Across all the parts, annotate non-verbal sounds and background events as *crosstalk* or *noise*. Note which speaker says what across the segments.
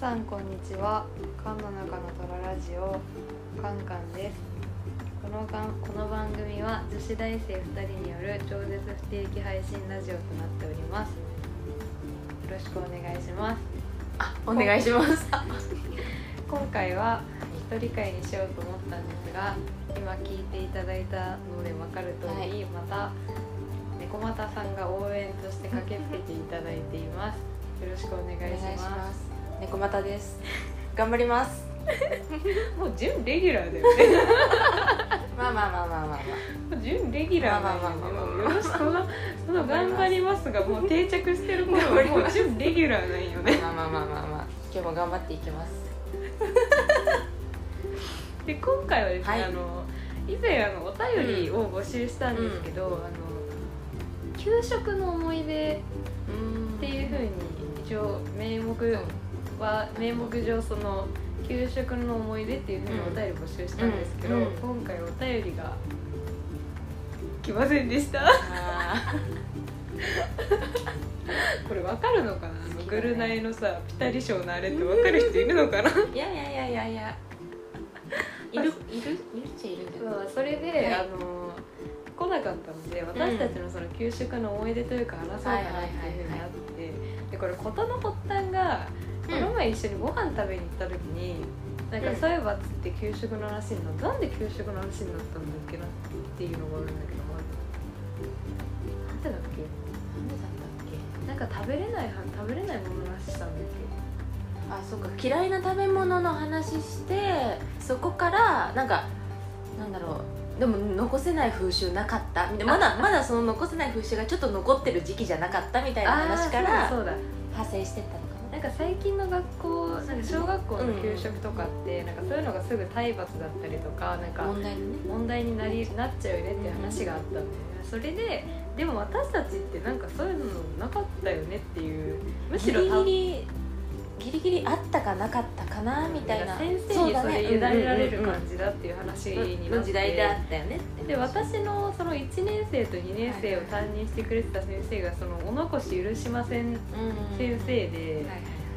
Speaker 1: さんこんにちは。缶の中の虎ラジオカンカンです。このがんこの番組は女子大生2人による超絶不定期配信ラジオとなっております。よろしくお願いします。
Speaker 2: お願いします。
Speaker 1: *laughs* 今回は一人会にしようと思ったんですが、今聞いていただいたのでわかる通り、また猫又さんが応援として駆けつけていただいています。よろしくお願いします。
Speaker 2: す。猫又 *laughs* です。頑張ります。
Speaker 1: もう準レギュラーだよね。
Speaker 2: まあまあまあまあまあまあ。
Speaker 1: 準レギュラーなん
Speaker 2: まあまあまあ
Speaker 1: よ
Speaker 2: ま
Speaker 1: ね
Speaker 2: あ
Speaker 1: よろしくそのその頑張ります
Speaker 2: *laughs*
Speaker 1: がもう定着してる頃
Speaker 2: 頑張
Speaker 1: は
Speaker 2: り
Speaker 1: もう
Speaker 2: ます
Speaker 1: 準レギュラーなんよね
Speaker 2: まあまあまあまあまあ。今日も頑張っていきます。
Speaker 1: で今回はですね、
Speaker 2: はい
Speaker 1: あの以前あのお便りを募集したんですけど、あの給食の思い出
Speaker 2: うーん
Speaker 1: っていうふうに一応名目は名目上その給食の思い出っていうふうにお便り募集したんですけど、
Speaker 2: うんうん
Speaker 1: 今回お便りが来ませんでした
Speaker 2: あ
Speaker 1: これわかるのかなあのグルナイのさピタリ賞のあれってわかる人いるのかな
Speaker 2: ーいやいやいやいやいや。いるいるいるっちゃいるんだけど。
Speaker 1: そうそれで、
Speaker 2: はい
Speaker 1: あの来なかったので私たちのその給食の思い出というか話そうかなっていうふうにあってでこれ事の発端がこの前一緒にご飯食べに行った時に、なんか
Speaker 2: うん
Speaker 1: そういえばっつって給食の話になってなんで給食の話になったんだっけなっていうのがあるんだけどまずなんでだっ
Speaker 2: なんでだったっけ。
Speaker 1: けなんか食べれないは食べれないものの話したんだっけ
Speaker 2: あそうか嫌いな食べ物の話してそこからなんかなんだろうでも残せない風習なかったみたいなまだまだその残せない風習がちょっと残ってる時期じゃなかったみたいな話か
Speaker 1: あーそうだ
Speaker 2: ら
Speaker 1: そうだ
Speaker 2: 派生してったのか
Speaker 1: なんか最近の学校なんか小学校の給食とかって、なんかそういうのがすぐ体罰だったりとかなん
Speaker 2: な
Speaker 1: か
Speaker 2: 問題のね
Speaker 1: 問題になりなっちゃうよねっていう話があったんだよねそれででも私たちってなんかそういうのなかったよねっていうむし
Speaker 2: ギ
Speaker 1: ろ
Speaker 2: リギリギリギリあったかなかったかなみたいな
Speaker 1: 先生にそれ委ねられる感
Speaker 2: じ
Speaker 1: じだっていう話にな
Speaker 2: の
Speaker 1: って
Speaker 2: 時代であったよねって
Speaker 1: で私のその1年生と2年生を担任してくれてた先生がそのお残し許しません先生で、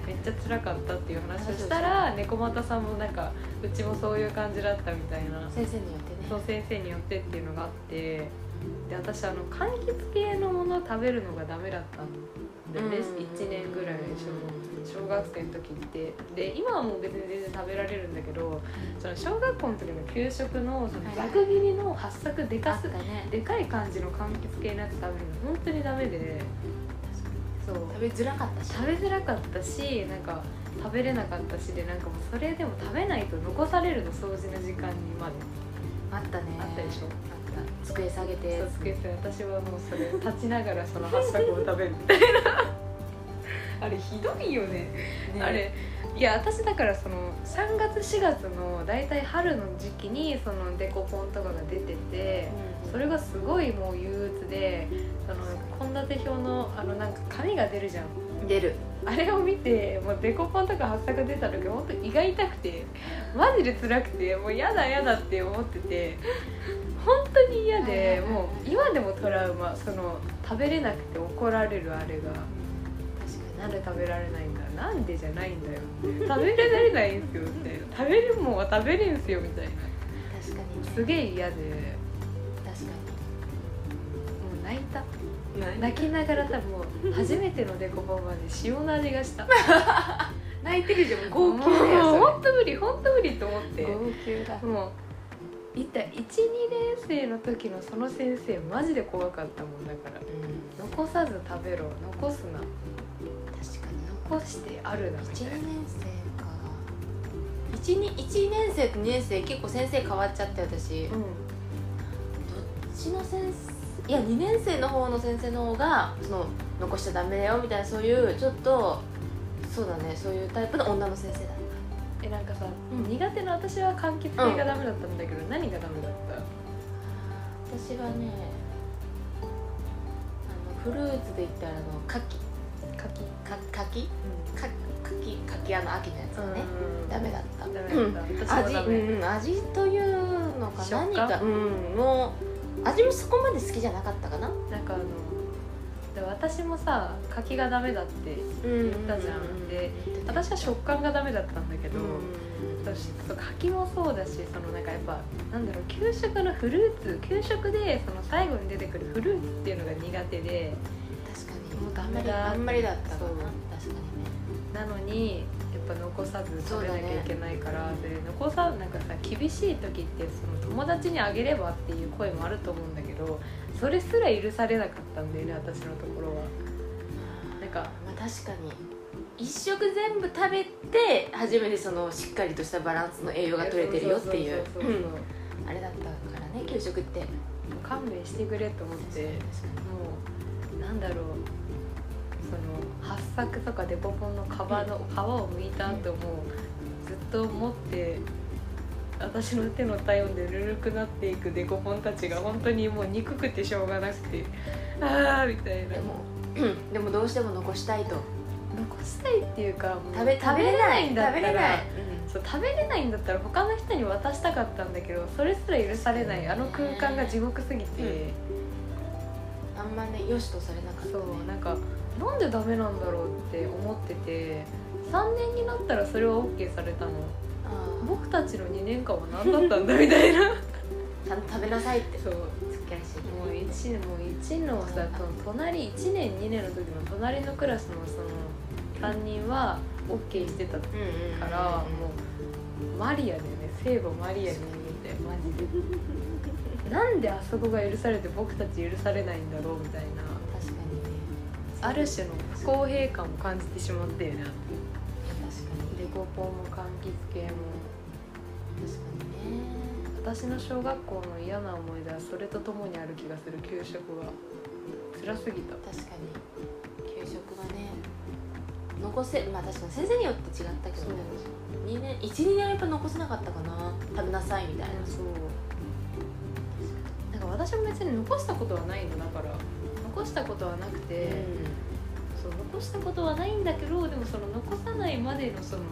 Speaker 1: めっちゃ辛かったっていう話をしたら猫又さんもなんかうちもそういう感じだったみたいな
Speaker 2: 先生によってね
Speaker 1: そう先生によってっていうのがあってで私あの柑橘系のものを食べるのがダメだったんだよね
Speaker 2: うん
Speaker 1: 1年ぐらい小小学生の時ってで今はもう別に全然食べられるんだけどその小学校の時の給食のそのざく切りの発作で
Speaker 2: あ
Speaker 1: か
Speaker 2: っ
Speaker 1: す
Speaker 2: たね
Speaker 1: でかい感じの柑橘系のやつ食べるの本当にダメでそう
Speaker 2: 食べづらかったし
Speaker 1: 食べづらかったしなんか食べれなかったしでなんかもうそれでも食べないと残されるの掃除の時間にまで
Speaker 2: あったね
Speaker 1: あったでしょ
Speaker 2: あった机下げて
Speaker 1: そう机さ私はもうそれ立ちながらその発作を食べるみたいな *laughs* あれひどいよね
Speaker 2: ね
Speaker 1: あれいや私だからその3月4月の大体春の時期にそのデコポンとかが出ててそれがすごいもう憂鬱でその献立表のあのなんか紙が出るじゃん
Speaker 2: 出る
Speaker 1: あれを見てもうデコポンとか発作出た時本当胃が痛くてマジで辛くてもうやだやだって思ってて本当に嫌でもう今でもトラウマその食べれなくて怒られるあれが
Speaker 2: 確
Speaker 1: なんで食べられないんだなんでじゃないんだよ食べられないんすよみたいな食べるもんは食べれんすよみたいな
Speaker 2: 確かに
Speaker 1: すげえ嫌で
Speaker 2: 確か
Speaker 1: もう泣いた
Speaker 2: に
Speaker 1: 泣きながら多分もう初めてのデコポンまで塩の味がした
Speaker 2: 泣いてるじゃん
Speaker 1: も
Speaker 2: *laughs* 号
Speaker 1: う
Speaker 2: 泣だよ
Speaker 1: 本当無理本当無理と思って
Speaker 2: それ泣だ
Speaker 1: もういた12年生の時のその先生マジで怖かったもんだから
Speaker 2: うん
Speaker 1: 残さず食べろ残すな
Speaker 2: 確かに
Speaker 1: 残してあるなみた
Speaker 2: 一
Speaker 1: い
Speaker 2: 二
Speaker 1: な
Speaker 2: 年生か一二一年生と二年生結構先生変わっちゃって私どっ
Speaker 1: う
Speaker 2: ちの先生いや二年生の方の先生の方がその残しちゃダメだよみたいなそういうちょっとそうだねそういうタイプの女の先生だ
Speaker 1: んえなんかさ、
Speaker 2: うん
Speaker 1: 苦手な私は柑橘系がダメだったんだけど、何がダメだった
Speaker 2: 私はねあのフルーツで言ったらあの柿
Speaker 1: 柿
Speaker 2: か柿
Speaker 1: う
Speaker 2: か柿柿あの秋のやつだね、
Speaker 1: うん
Speaker 2: ダメだった
Speaker 1: ダメだった、私はダ
Speaker 2: 味、う
Speaker 1: メ、
Speaker 2: ん、味というのか
Speaker 1: 食
Speaker 2: 何
Speaker 1: 感
Speaker 2: か、うん、もう味もそこまで好きじゃなかったかな
Speaker 1: なんかあので私もさ柿がダメだって言ったじゃん、で私は食感がダメだったんだけど、そうそう柿もそうだしそのなんかやっぱなんだろう給食のフルーツ給食でその最後に出てくるフルーツっていうのが苦手で
Speaker 2: 確かに
Speaker 1: もうダメ
Speaker 2: あんまり
Speaker 1: だ
Speaker 2: あんまりだったかな
Speaker 1: そう
Speaker 2: 確かにね
Speaker 1: なのにやっぱ残さず食べなきゃいけないから、で残さなんかさ厳しい時ってその友達にあげればっていう声もあると思うんだけどそれすら許されなかったんだよね私のところは。なんか
Speaker 2: まあ確かに一食全部食べて初めてそのしっかりとしたバランスの栄養が取れてるよっていう
Speaker 1: そうそうそうそう
Speaker 2: うんあれだったからね給食って
Speaker 1: もう勘弁してくれと思って。もうなんだろうその発作とかデコポンの皮の皮を剥いた後もずっと持って私の手の体温でぬるくなっていくデコポンたちが本当にもう憎くてしょうがなくてああみたいな
Speaker 2: でもでもどうしても残したいと
Speaker 1: 残したいっていうかもう
Speaker 2: 食べ食べれない
Speaker 1: んだったら
Speaker 2: 食べれない、
Speaker 1: そう食べれないんだったら他の人に渡したかったんだけどそれすら許されないあの空間が地獄すぎて。
Speaker 2: うんうんあんまねよしとされなかったね
Speaker 1: そうなんかなんでダメなんだろうって思ってて3年になったらそれは OK されたの
Speaker 2: あ
Speaker 1: 僕たちの2年間は何だったんだみたいな
Speaker 2: ーちゃんと食べなさいって
Speaker 1: そう
Speaker 2: つきあいし
Speaker 1: もう1もう一のさその隣1年2年の時の隣のクラスのその担任は OK してたか
Speaker 2: うんうんうん
Speaker 1: らもうマリアだよね聖母マリアに見てマジでなんであそこが許されて僕たち許されないんだろうみたいな
Speaker 2: 確かにね
Speaker 1: ある種の不公平感を感じてしまって
Speaker 2: 確か
Speaker 1: デ
Speaker 2: に
Speaker 1: コポンも柑橘系も
Speaker 2: 確かにね
Speaker 1: 私の小学校の嫌な思い出はそれとともにある気がする給食は辛すぎた
Speaker 2: 確かに給食はね残せまあ確かに先生によって違ったけどね2年12年はやっぱ残せなかったかな食べなさいみたいな、
Speaker 1: そうなんか私も別に残したことはないのだから残したことはなくて、そう残したことはないんだけどでもその残さないまでのそ *laughs* の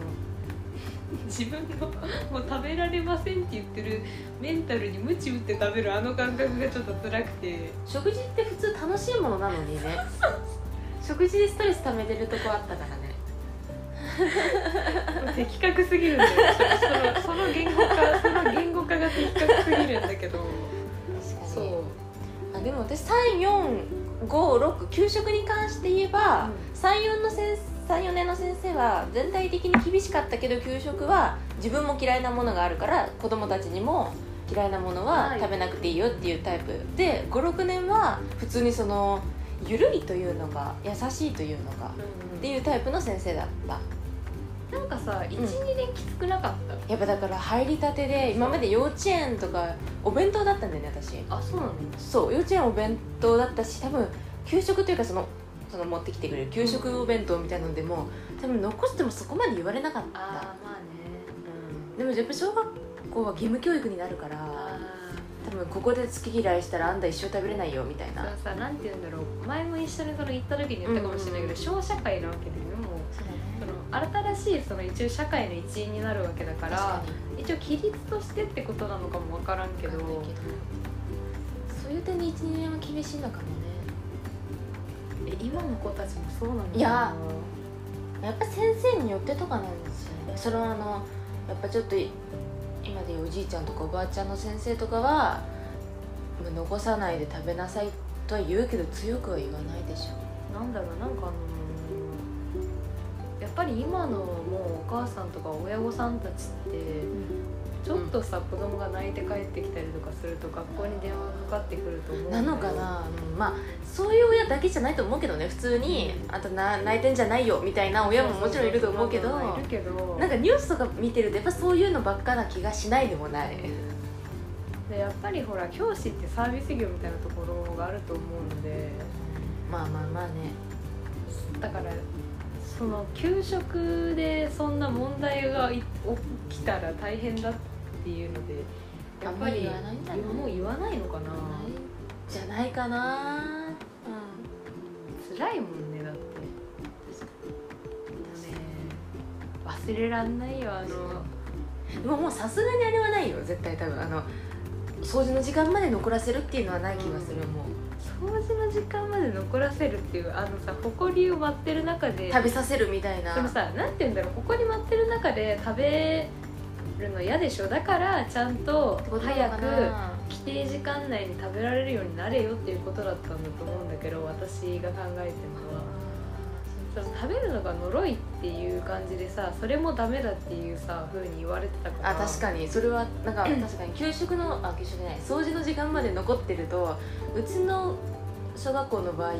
Speaker 1: 自分のもう食べられませんって言ってるメンタルにムチ打って食べるあの感覚がちょっと辛くて
Speaker 2: 食事って普通楽しいものなのにね食事でストレス溜めてるとこあったからね
Speaker 1: 的確すぎるんだよそのその言語化その言語化が的確すぎるんだけど
Speaker 2: 確
Speaker 1: そう
Speaker 2: あでも私3456給食に関して言えば、34の先34年の先生は全体的に厳しかったけど給食は自分も嫌いなものがあるから子供たちにも嫌いなものは
Speaker 1: はい
Speaker 2: 食べなくていいよっていうタイプで56年は普通にそのゆるいというのが優しいというのがって
Speaker 1: で
Speaker 2: いうタイプの先生だった
Speaker 1: なんかさ12、年きつくなかっ
Speaker 2: やっぱだから入りたてで今まで幼稚園とかお弁当だったんだよね私
Speaker 1: たあそうなの
Speaker 2: そう幼稚園お弁当だったし多分給食というかそのその持ってきてくれる給食お弁当みたいなのでも多分残してもそこまで言われなかった、
Speaker 1: まあね
Speaker 2: でもやっぱ小学校は義務教育になるから
Speaker 1: あ
Speaker 2: 多分ここで好き嫌いしたらあんた一生食べれないよみたい
Speaker 1: あ
Speaker 2: な
Speaker 1: さなんて言うんだろう前も一緒にその行った時に言ったかもしれないけど、
Speaker 2: うん
Speaker 1: 小社会なわけでねもう
Speaker 2: そうだ
Speaker 1: その新しいその一応社会の一員になるわけだから一応規律としてってことなのかもわからんけど
Speaker 2: そういう点で12年は厳しいのかもね
Speaker 1: え今の子たちもそうなのかない
Speaker 2: ややっぱ先生によってとかなんですよねそのあのやっぱちょっとい今でいうおじいちゃんとかおばあちゃんの先生とかはもう残さないで食べなさいとは言うけど強くは言わないでしょ
Speaker 1: なんだろうなんかあのーやっぱり今のもうお母さんとか親御さんたちってちょっとさ、子供が泣いて帰ってきたりとかすると学校に電話がかかってくると思うんだ
Speaker 2: な
Speaker 1: よ
Speaker 2: のかな、うんまあそういう親だけじゃないと思うけどね普通にあんたな泣いてんじゃないよみたいな親ももちろんいると思うけど
Speaker 1: そうそうそういるけど
Speaker 2: なんかニュースとか見てるとやっぱそういうのばっかな気がしないでもない
Speaker 1: でやっぱりほら教師ってサービス業みたいなところがあると思うので
Speaker 2: まあまあまあね
Speaker 1: だからその給食でそんな問題がい起きたら大変だっていうのでやっぱり
Speaker 2: あんまり言わないんだね
Speaker 1: もう言わないのかな
Speaker 2: じゃないかなうん
Speaker 1: 辛いもんねだってもうね忘れらんないよあの
Speaker 2: もうもうさすがにあれはないよ絶対多分あの掃除の時間まで残らせるっていうのはない気がする、もう
Speaker 1: 掃除の時間まで残らせるっていうあのさ埃を舞ってる中で
Speaker 2: 食べさせるみたいな
Speaker 1: でもさなんて言うんだろう埃舞ってる中で食べるの嫌でしょだからちゃんと
Speaker 2: ってことな
Speaker 1: 早
Speaker 2: のか
Speaker 1: く
Speaker 2: な
Speaker 1: 規定時間内に食べられるようになれよっていうことだったんだと思うんだけど私が考えてるのは。その食べるのが呪いっていう感じでさそれもダメだっていうさ風に言われてたから
Speaker 2: あ確かにそれはなんか確かに給食のあ給食じゃない掃除の時間まで残ってるとうちの小学校の場合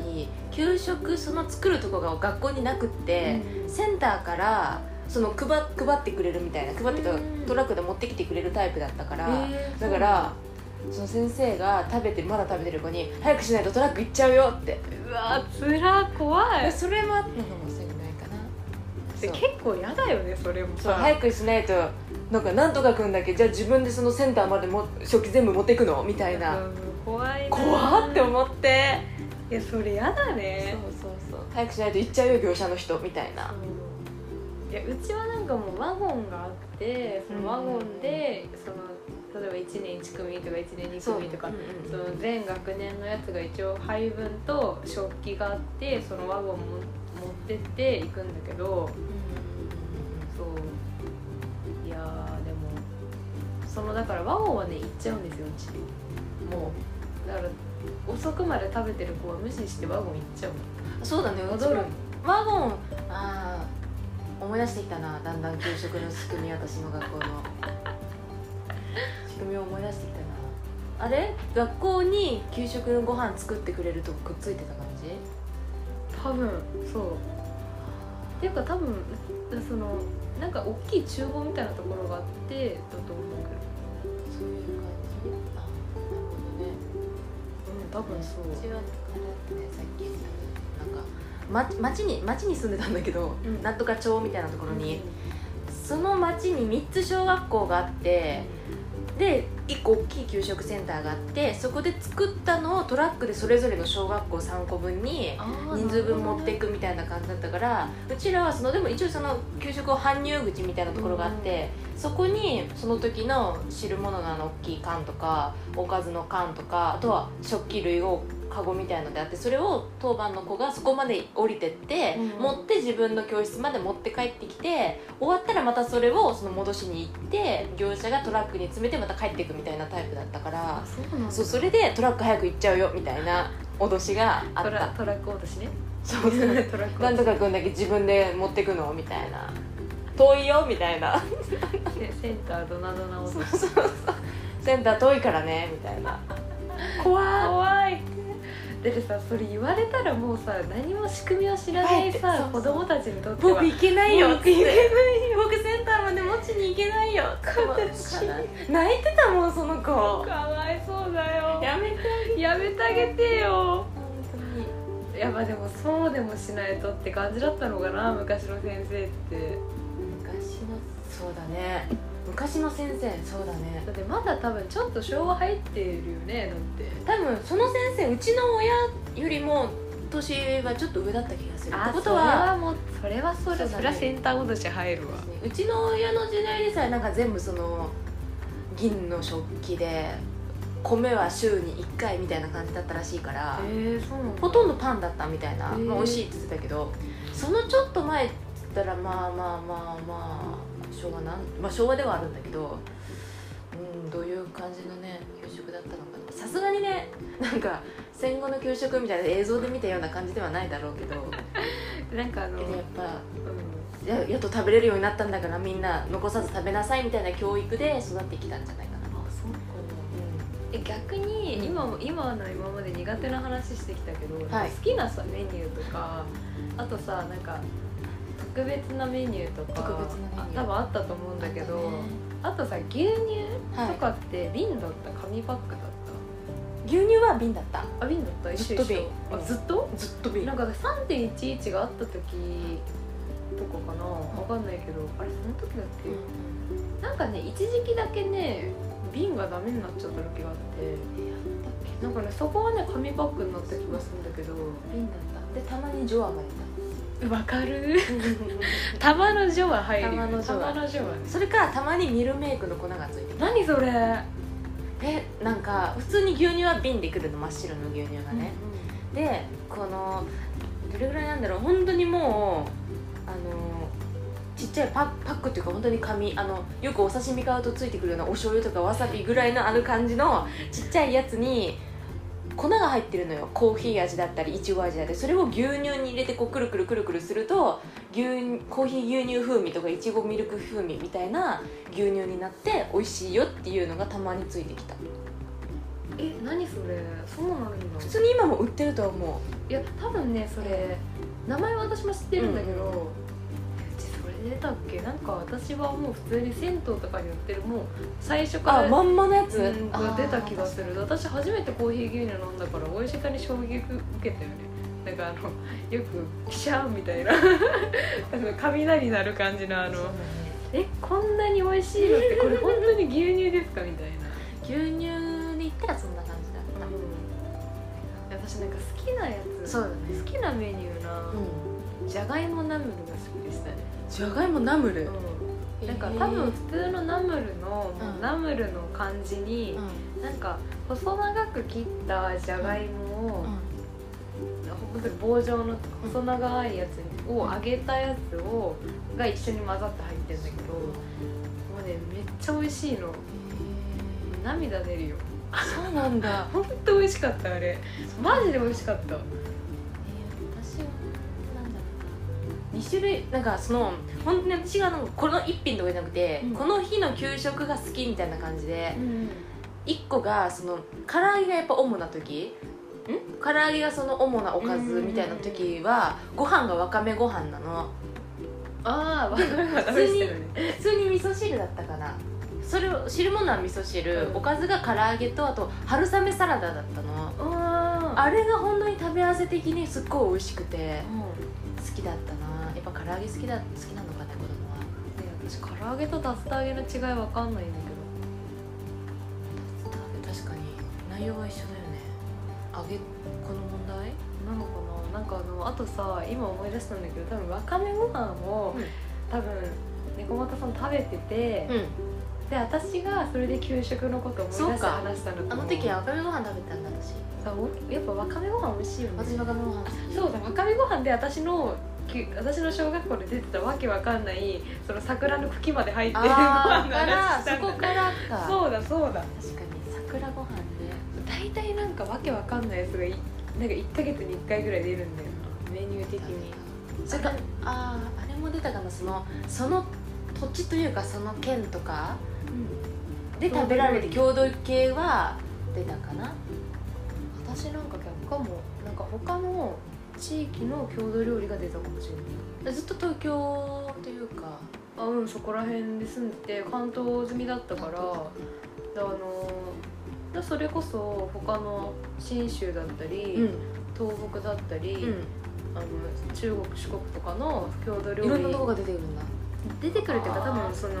Speaker 2: 給食その作るとこが学校になくって、
Speaker 1: うん
Speaker 2: センターからその配配ってくれるみたいな配ってか
Speaker 1: うん
Speaker 2: トラックで持ってきてくれるタイプだったから、
Speaker 1: えー
Speaker 2: だからその先生が食べてまだ食べてる子に「早くしないとトラック行っちゃうよ」って
Speaker 1: うわつら怖い
Speaker 2: それもあったのかもしれないかな
Speaker 1: で
Speaker 2: そう
Speaker 1: 結構嫌だよねそれも
Speaker 2: そ
Speaker 1: さ
Speaker 2: う早くしないとなんかなんとかくんだけじゃあ自分でそのセンターまでも食器全部持ってくのみたいな、
Speaker 1: うん怖いな
Speaker 2: 怖って思って、
Speaker 1: いやそれ嫌だね
Speaker 2: そうそうそう早くしないと行っちゃうよ業者の人みたいな、
Speaker 1: いやうちはなんかもうワゴンがあってそのワゴンでその例えば1年1組とか1年2組とか
Speaker 2: うんうん
Speaker 1: その全学年のやつが一応配分と食器があってそのワゴンも持ってって行くんだけどそういやーでもそのだからワゴンはね行っちゃうんですようちもうだから遅くまで食べてる子は無視してワゴン行っちゃう
Speaker 2: そうだねうち
Speaker 1: 戻る
Speaker 2: もワゴンあー思い出してきたなだんだん給食の仕組み私の学校の仕組みを思い出してきたなあれ学校に給食のご飯作ってくれるとこくっついてた感じ
Speaker 1: 多分そうっていうか多分そのなんか大きい厨房みたいなところがあってだと思うけ
Speaker 2: そういう感じあなるほどね
Speaker 1: ど、うん、多分そう
Speaker 2: うちはねさっき言ったなんか、ま、町に町に住んでたんだけど、
Speaker 1: うん
Speaker 2: なんとか町みたいなところに、その町に3つ小学校があってで1個大きい給食センターがあってそこで作ったのをトラックでそれぞれの小学校3個分に人数分持ってい
Speaker 1: く
Speaker 2: くみたいな感じだったからうちらはそのでも一応その給食を搬入口みたいなところがあって、そこにその時の汁物のあの大きい缶とかおかずの缶とかあとは食器類をカゴみたいのであってそれを当番の子がそこまで降りてって、
Speaker 1: うん
Speaker 2: 持って自分の教室まで持って帰ってきて終わったらまたそれをその戻しに行って業者がトラックに詰めてまた帰っていくみたいなタイプだったから
Speaker 1: あそうなんだ
Speaker 2: そうそれでトラック早く行っちゃうよみたいな脅しがあ
Speaker 1: ト
Speaker 2: っ
Speaker 1: ラ
Speaker 2: た。
Speaker 1: トラック落としね
Speaker 2: そうそう
Speaker 1: *laughs* トラック
Speaker 2: なん
Speaker 1: 落
Speaker 2: とかくんだけ自分で持ってくのみたいな遠いよみたいな
Speaker 1: としねセンタードナドナ落とし
Speaker 2: センター遠いからねみたいな怖っ
Speaker 1: 怖いだってさそれ言われたらもうさ何も仕組みを知らない
Speaker 2: はいそ
Speaker 1: さ
Speaker 2: うそ
Speaker 1: 子
Speaker 2: う
Speaker 1: 供たちにとっては
Speaker 2: 僕行けないよ
Speaker 1: 僕行けない
Speaker 2: 僕センターまで持ちに行けないよ
Speaker 1: 悲し
Speaker 2: 泣いてたもんその子
Speaker 1: かわいそうだよ
Speaker 2: やめて
Speaker 1: やめてあげてよ
Speaker 2: 本当に
Speaker 1: いやまあでもそうでもしないとって感じだったのかな昔の先生って
Speaker 2: 昔のそうだね昔の先生そうだね
Speaker 1: だってまだ多分ちょっと昭和入ってるよねだって
Speaker 2: 多分その先生うちの親よりも年はちょっと上だった気がするってことは
Speaker 1: もうそれはそ
Speaker 2: れそれはセ
Speaker 1: ンター落とし入るわ
Speaker 2: うちの親の時代でさえなんか全部その銀の食器で米は週に1回みたいな感じだったらしいから
Speaker 1: えー、そうなんだ
Speaker 2: ほとんどパンだったみたいな、
Speaker 1: へー
Speaker 2: まあ、美味しいって言ってたけどそのちょっと前って言ったらまあまあまあまあ昭和なん、まあ、昭和ではあるんだけどうんどういう感じのね給食だったのかなさすがにねなんか戦後の給食みたいな映像で見たような感じではないだろうけ
Speaker 1: *laughs*
Speaker 2: ど
Speaker 1: なんかあの、
Speaker 2: け
Speaker 1: うん
Speaker 2: どやっぱややっと食べれるようになったんだからみんな残さず食べなさいみたいな教育で育ってきたんじゃないかな、
Speaker 1: あそうかえ逆に今も今の今まで苦手な話してきたけど、
Speaker 2: はい
Speaker 1: 好きなさメニューとかあとさなんか特別なメニューとか
Speaker 2: 特別なメニュー
Speaker 1: あ多分あったと思うんだけど
Speaker 2: ね
Speaker 1: あとさ牛乳と
Speaker 2: はい、
Speaker 1: かって瓶だった紙パックだっ
Speaker 2: 牛乳は瓶だった
Speaker 1: たあ瓶だった一緒一
Speaker 2: ずっと
Speaker 1: 緒
Speaker 2: 瓶
Speaker 1: あずっと
Speaker 2: ずっと瓶
Speaker 1: なんか3.11があった時とかかなわかんないけどあれその時だっけ、なんかね一時期だけね瓶がダメになっちゃった時があってなんかねそこはね紙パックになった気がするんだけど
Speaker 2: 瓶だったでたまにジョアが *laughs*
Speaker 1: わかる
Speaker 2: 出
Speaker 1: 玉のジョは入る
Speaker 2: 玉のジョは
Speaker 1: 玉のジョはね
Speaker 2: たそれからたまにミルメイクの粉がついてた
Speaker 1: 何それ
Speaker 2: えなんか普通に牛乳は瓶でくるの真っ白の牛乳がね、でこのどれぐらいなんだろう本当にもうあのちっちゃいパパックっていうか本当に紙あのよくお刺身買うとついてくるようなお醤油とかわさびぐらいのあの感じのちっちゃいやつに粉が入ってるのよコーヒー味だったりいちご味だったりそれを牛乳に入れてこうくるくるくるくるすると牛コーヒー牛乳風味とかいちごミルク風味みたいな牛乳になって美味しいよっていうのがたまについてきた
Speaker 1: え何それそうなんだ
Speaker 2: 普通に今も売ってるとは思
Speaker 1: いや多分ねそれ名前は私も知ってるんだけど、
Speaker 2: う
Speaker 1: うちそれ出たっけなんか私はもう普通に銭湯とかに売ってるもう最初
Speaker 2: う
Speaker 1: から
Speaker 2: あまんまのやつ
Speaker 1: うん
Speaker 2: あー
Speaker 1: 出た気がする私初めてコーヒー牛乳飲んだから美味しさに衝撃受けたよねなんかあのよくピシャーンみたいな *laughs* あの雷鳴る感じのあ
Speaker 2: そうだ
Speaker 1: の
Speaker 2: ね
Speaker 1: えこんなに美味しいの *laughs* ってこれ本当に牛乳ですかみたいな
Speaker 2: 牛乳で言ったらそんな感じだった、
Speaker 1: 私なんか好きなやつ
Speaker 2: そうだね
Speaker 1: 好きなメニューな、
Speaker 2: う
Speaker 1: じゃがいもナムルが好きでしたね、
Speaker 2: んじゃがいもナムル、
Speaker 1: なんか
Speaker 2: へー
Speaker 1: 多分普通のナムルの、
Speaker 2: うん
Speaker 1: ナムルの感じに、なんか細長く切ったじゃがいもを、本当に棒状の細長いやつを揚げたやつをが一緒に混ざって入ってるんだけどもうねめっちゃ美味しいの涙出るよ
Speaker 2: そうなんだ
Speaker 1: 本当美味しかったあれマジで美味しかった
Speaker 2: 私はなんだろうな2種類なんかその本当に私がなんかこの一品とかじゃなくて、
Speaker 1: うん
Speaker 2: この日の給食が好きみたいな感じで
Speaker 1: うん
Speaker 2: 1個がその唐揚げがやっぱ主な時ん唐揚げがその主なおかずみたいな時はご飯がわかめご飯なの
Speaker 1: ああ分かるわ
Speaker 2: 普
Speaker 1: 普
Speaker 2: 通
Speaker 1: 通
Speaker 2: に
Speaker 1: に
Speaker 2: 普通に味噌汁だったかなそれを汁物は味噌汁、
Speaker 1: うん
Speaker 2: おかずが唐揚げとあと春雨サラダだったの
Speaker 1: あ
Speaker 2: あれが本当に食べ合わせ的にすっごい美味しくて
Speaker 1: あもう
Speaker 2: 好きだったなやっぱ唐揚げ好きだ好きなのかね子供は
Speaker 1: ね私唐揚げと竜田揚げの違い分かんないんだ
Speaker 2: 確かに内容は一緒だよね揚げこの問題
Speaker 1: けどなのかななんかあのあとさ今思い出したんだけど多分わかめご飯を、
Speaker 2: うん
Speaker 1: 多分猫又さん食べてて、
Speaker 2: う
Speaker 1: で私がそれで給食のことを思い出して話したんだと思うん
Speaker 2: あの時はわかめご飯食べたんだ私
Speaker 1: さおやっぱわかめご飯美味しいよね
Speaker 2: 私わかめご飯
Speaker 1: そうだわかめご飯で私のき私の小学校で出てたわけわかんないその桜の茎まで入って *laughs* るご
Speaker 2: あ
Speaker 1: 飯
Speaker 2: ー
Speaker 1: の
Speaker 2: から
Speaker 1: 話し
Speaker 2: そ
Speaker 1: たんだ
Speaker 2: こからか
Speaker 1: そうだそうだ
Speaker 2: 確かに桜ご飯ね
Speaker 1: 大体なんかわけわかんないやつがいなんか1ヶ月に1回ぐらい出るんだよなメニュー的に
Speaker 2: それかあーあれも出たかなそのその土地というかその県とかで食べられて郷土系は出たかな
Speaker 1: 私なんか逆かもなんか他の地域の郷土料理が出たかもしれない
Speaker 2: ずっと東京というか
Speaker 1: あうんそこら辺で住んでて関東済みだったからであのでそれこそ他の信州だったり、
Speaker 2: うん、
Speaker 1: 東北だったり、あの中国四国とかの郷土料
Speaker 2: いろ
Speaker 1: 理
Speaker 2: んなとこが出てくるんだ
Speaker 1: 出てくるっていうか
Speaker 2: あ
Speaker 1: 多
Speaker 2: ー
Speaker 1: 分その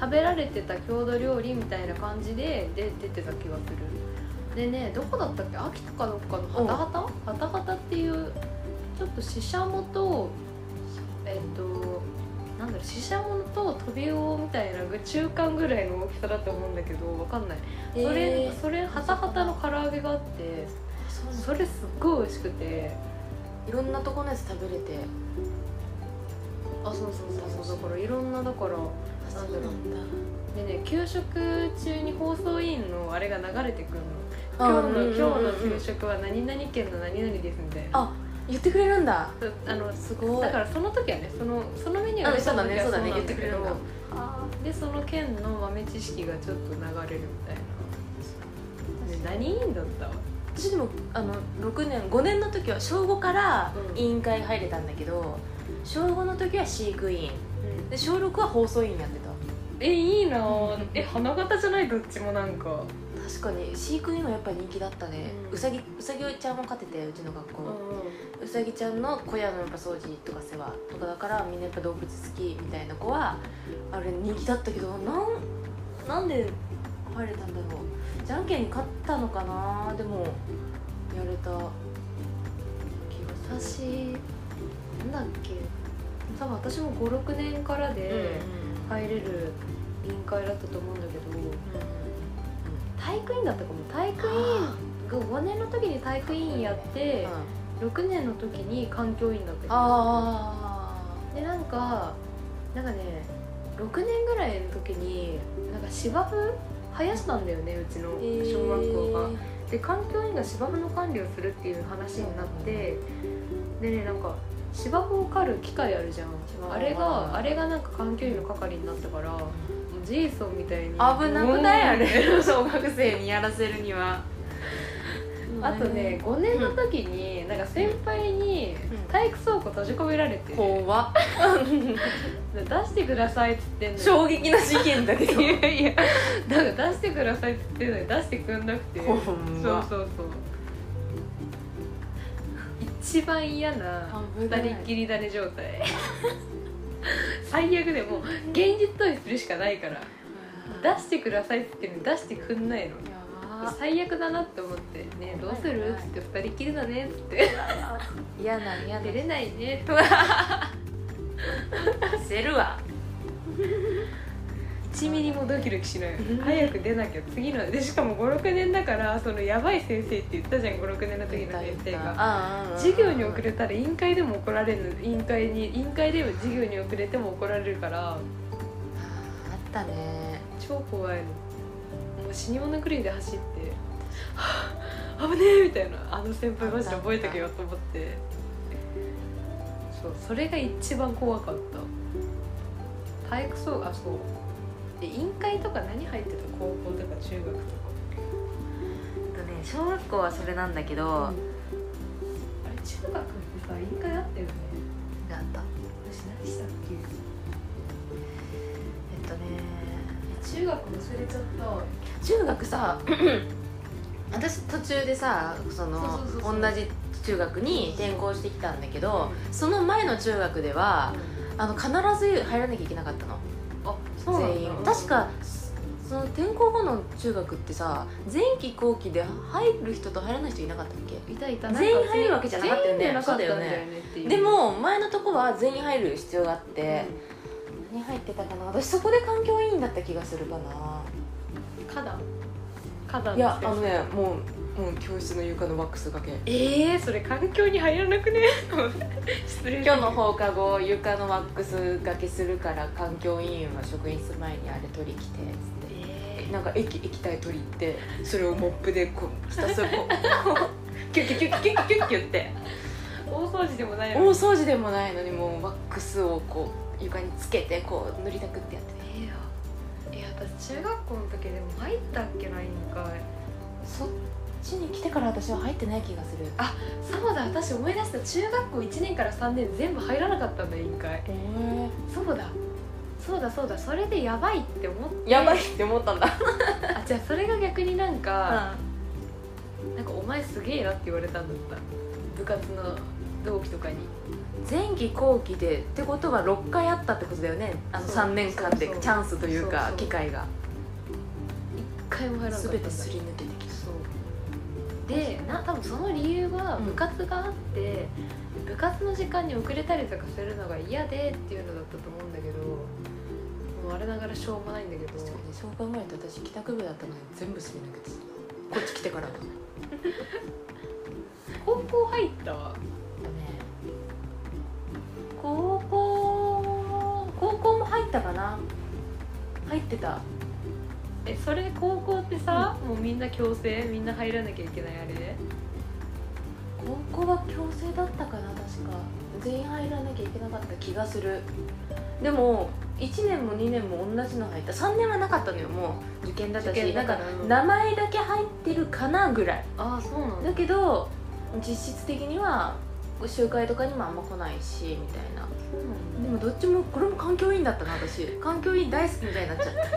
Speaker 1: 食べられてた郷土料理みたいな感じでで出てた気がするでねどこだったっけ秋田かどっかのハタハタハタハタっていうちょっとししゃもとえっとなんだろうししゃもとトビウオみたいな中間ぐらいの大きさだと思うんだけどわかんないそれ、それハタハタの唐揚げがあって
Speaker 2: そう
Speaker 1: それすっごい美味しくて
Speaker 2: いろんなとこのやつ食べれて
Speaker 1: あそうそうそうそうだからいろんなだから
Speaker 2: あ
Speaker 1: そうなんだ
Speaker 2: だ
Speaker 1: でね給食中に放送委員のあれが流れてくるの今
Speaker 2: あ
Speaker 1: 日の、
Speaker 2: う
Speaker 1: 今
Speaker 2: ん
Speaker 1: 日の
Speaker 2: うんう
Speaker 1: 給
Speaker 2: ん
Speaker 1: 食は何々県の何々ですみたいな
Speaker 2: あ言ってくれるんだ
Speaker 1: そうあの
Speaker 2: すごい
Speaker 1: だからその時はねそのそのメニューが出た時は
Speaker 2: あそうだねそうだね
Speaker 1: なんけど
Speaker 2: 言ってくれるんだ
Speaker 1: でその県の豆知識がちょっと流れるみたいな、ね、何委員だった
Speaker 2: 私でもあの6年5年の時は小5から
Speaker 1: うん
Speaker 2: 委員会入れたんだけど、小5の時は飼育員
Speaker 1: うん、
Speaker 2: で小6は放送委員やってた
Speaker 1: えいいなぁえ花形じゃないどっちもなんか
Speaker 2: 確かに飼育員はやっぱ人気だったね、
Speaker 1: う
Speaker 2: う
Speaker 1: ん
Speaker 2: さぎうさぎちゃんも飼っててうちの学校、うさぎちゃんの小屋のやっぱ掃除とか世話とかだからみんなやっぱ動物好きみたいな子はあれ人気だったけどなんなんで入れたんだろうじゃんけんに勝ったのかなでもやれた気がす
Speaker 1: 私なんだっけ多分私も56年から
Speaker 2: る
Speaker 1: で入れる委員会だったと思うんだけど
Speaker 2: うん
Speaker 1: 体育委員だったかも体育委員5年の時に体育委員やって6年の時に環境委員だった気が
Speaker 2: あ
Speaker 1: するでなんかなんかね6年ぐらいの時になんか芝生生やしたんだよねうちの
Speaker 2: あ
Speaker 1: 小学校が、で環境委員が芝生の管理をするっていう話になってでねなんか芝生を刈る機械あるじゃん
Speaker 2: 芝生
Speaker 1: あれ
Speaker 2: は
Speaker 1: があれがなんか環境委員の係になったからもうジェイソンみたいに
Speaker 2: 危なくないあれ *laughs*
Speaker 1: うん小学生にやらせるにはあとね5年の時になんか先輩に
Speaker 2: うん
Speaker 1: 体育倉庫閉じ込められて
Speaker 2: 怖っ
Speaker 1: 出してくださいっつってんのよ
Speaker 2: 衝撃な事件だけど
Speaker 1: いやいや *laughs* なんか出してくださいっつってんのに出してくんなくて
Speaker 2: ほ
Speaker 1: そうんそう
Speaker 2: ま
Speaker 1: そう一番嫌な
Speaker 2: 危
Speaker 1: 二
Speaker 2: ない
Speaker 1: 人っきりだね状態最悪でもう現実逃避するしかないから出
Speaker 2: だ
Speaker 1: してくださいっつってんのに出してくんないの
Speaker 2: やば
Speaker 1: 最悪だなって思って「ねどうする?」っつって「二人きりだね」っつって
Speaker 2: 嫌な嫌な
Speaker 1: 出れないね
Speaker 2: せるわ
Speaker 1: 1ミリもドキドキしない
Speaker 2: うん
Speaker 1: 早く出なきゃ次のでしかも56年だからそのやばい先生って言ったじゃん56年の時の先生が
Speaker 2: が
Speaker 1: 授業に遅れたら委員会でも怒られる委員会に委員会でも授業に遅れても怒られるから
Speaker 2: あったね
Speaker 1: 超怖いのもう死に物狂いで走って「はぁ危ねえ!」みたいなあの先輩マジで覚えとけよと思ってそうそれが一番怖かった体育そうあそうで委員会とか何入ってた高校とか中学とか
Speaker 2: えっとね小学校はそれなんだけど
Speaker 1: あれ中学ってさ委員会あったよね
Speaker 2: なんだ
Speaker 1: 私何したっけ
Speaker 2: えっとね
Speaker 1: 中学忘れちゃった
Speaker 2: 中学さ私途中でさその
Speaker 1: そうそうそうそう
Speaker 2: 同じ中学に転校してきたんだけどその前の中学ではあの必ず入らなきゃいけなかったの
Speaker 1: あそうなんだ
Speaker 2: 全員確かその転校後の中学ってさ前期後期で入る人と入らない人いなかったっけ
Speaker 1: いたいた
Speaker 2: 全員入るわけじゃなかった
Speaker 1: 全
Speaker 2: よね
Speaker 1: 員でなかったんだよねっていう
Speaker 2: でも前のとこは全員入る必要があって、何入ってたかな私そこで環境委員だった気がするかな
Speaker 1: 花壇花壇
Speaker 2: いやあのねもうもう教室の床のワックスかけ
Speaker 1: えー、それ環境に入らなくね *laughs* 失礼
Speaker 2: 今日の放課後床のワックスがけするから環境委員は職員室前にあれ取り来てつっ
Speaker 1: え
Speaker 2: てなんか液液体取り行ってそれをモップでこうひたすらこうこうキュッキュッキュッキュッキュッキュッキュッって
Speaker 1: ー大掃除でもない
Speaker 2: 大
Speaker 1: のに
Speaker 2: 掃除でもないのにもうワックスをこう床につけてこう塗りたくってやって
Speaker 1: えーやえ私中学校の時でも入ったっけな委員会
Speaker 2: そっちに来てから私は入ってない気がする
Speaker 1: そうだ私思い出した中学校1年から3年全部入らなかったんだ委員会
Speaker 2: へ
Speaker 1: そうだそうだそうだそれでやばいって思って
Speaker 2: えやばいって思ったんだ
Speaker 1: あじゃあそれが逆になんか、なんかお前すげえなって言われたんだった部活の同期とかに
Speaker 2: 前期後期でってことは6回あったってことだよねあの
Speaker 1: そう
Speaker 2: 3年間で
Speaker 1: そうそう
Speaker 2: チャンスというか
Speaker 1: そうそう
Speaker 2: 機会が
Speaker 1: 一回も入らなかった
Speaker 2: 全
Speaker 1: ん
Speaker 2: て
Speaker 1: だ
Speaker 2: すり抜けてきた
Speaker 1: そうでな多分その理由は
Speaker 2: うん
Speaker 1: 部活があって、部活の時間に遅れたりとかするのが嫌でっていうのだったと思うんだけどもうあれながらしょうもないんだけど
Speaker 2: そう考えて私帰宅部だったのに全部すり抜けてたこっち来てからだね
Speaker 1: 高校入ったわ
Speaker 2: 高校高校も入ったかな入ってた
Speaker 1: えそれ高校ってさ、もうみんな強制みんな入らなきゃいけないあれで
Speaker 2: 高校は強制だったかな確か全員入らなきゃいけなかった気がするでも1年も2年も同じの入った3年はなかったのよもう受験だった
Speaker 1: 受
Speaker 2: し
Speaker 1: 験
Speaker 2: な
Speaker 1: だ
Speaker 2: ん
Speaker 1: か
Speaker 2: から名前だけ入ってるかなぐらい
Speaker 1: ああそうなん
Speaker 2: だけど実質的には集会とかにもあんま来ないしみたいな
Speaker 1: そう
Speaker 2: でもどっちもこれも環境委員だったな私環境委員大好きみたいになっちゃった
Speaker 1: なんだ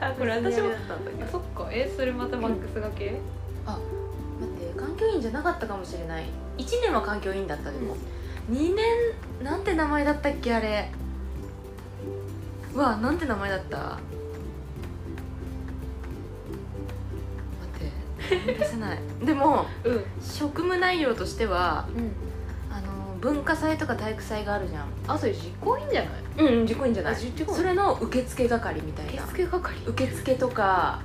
Speaker 1: あ *laughs* これ私も
Speaker 2: だったんだけど
Speaker 1: そっかえそれまたマックスがけ
Speaker 2: 待って環境委員じゃなかったかもしれない1年は環境委員だったでも、2年なんて名前だったっけあれうわなんて名前だった待って思い出せ
Speaker 1: *laughs*
Speaker 2: ないでも
Speaker 1: うん
Speaker 2: 職務内容としては
Speaker 1: うん
Speaker 2: あの文化祭とか体育祭があるじゃん
Speaker 1: あそれ実行委員じゃない
Speaker 2: うんうん自己委員じゃ
Speaker 1: あ実行委員
Speaker 2: それの受付係みたいな
Speaker 1: 付係
Speaker 2: 受付とか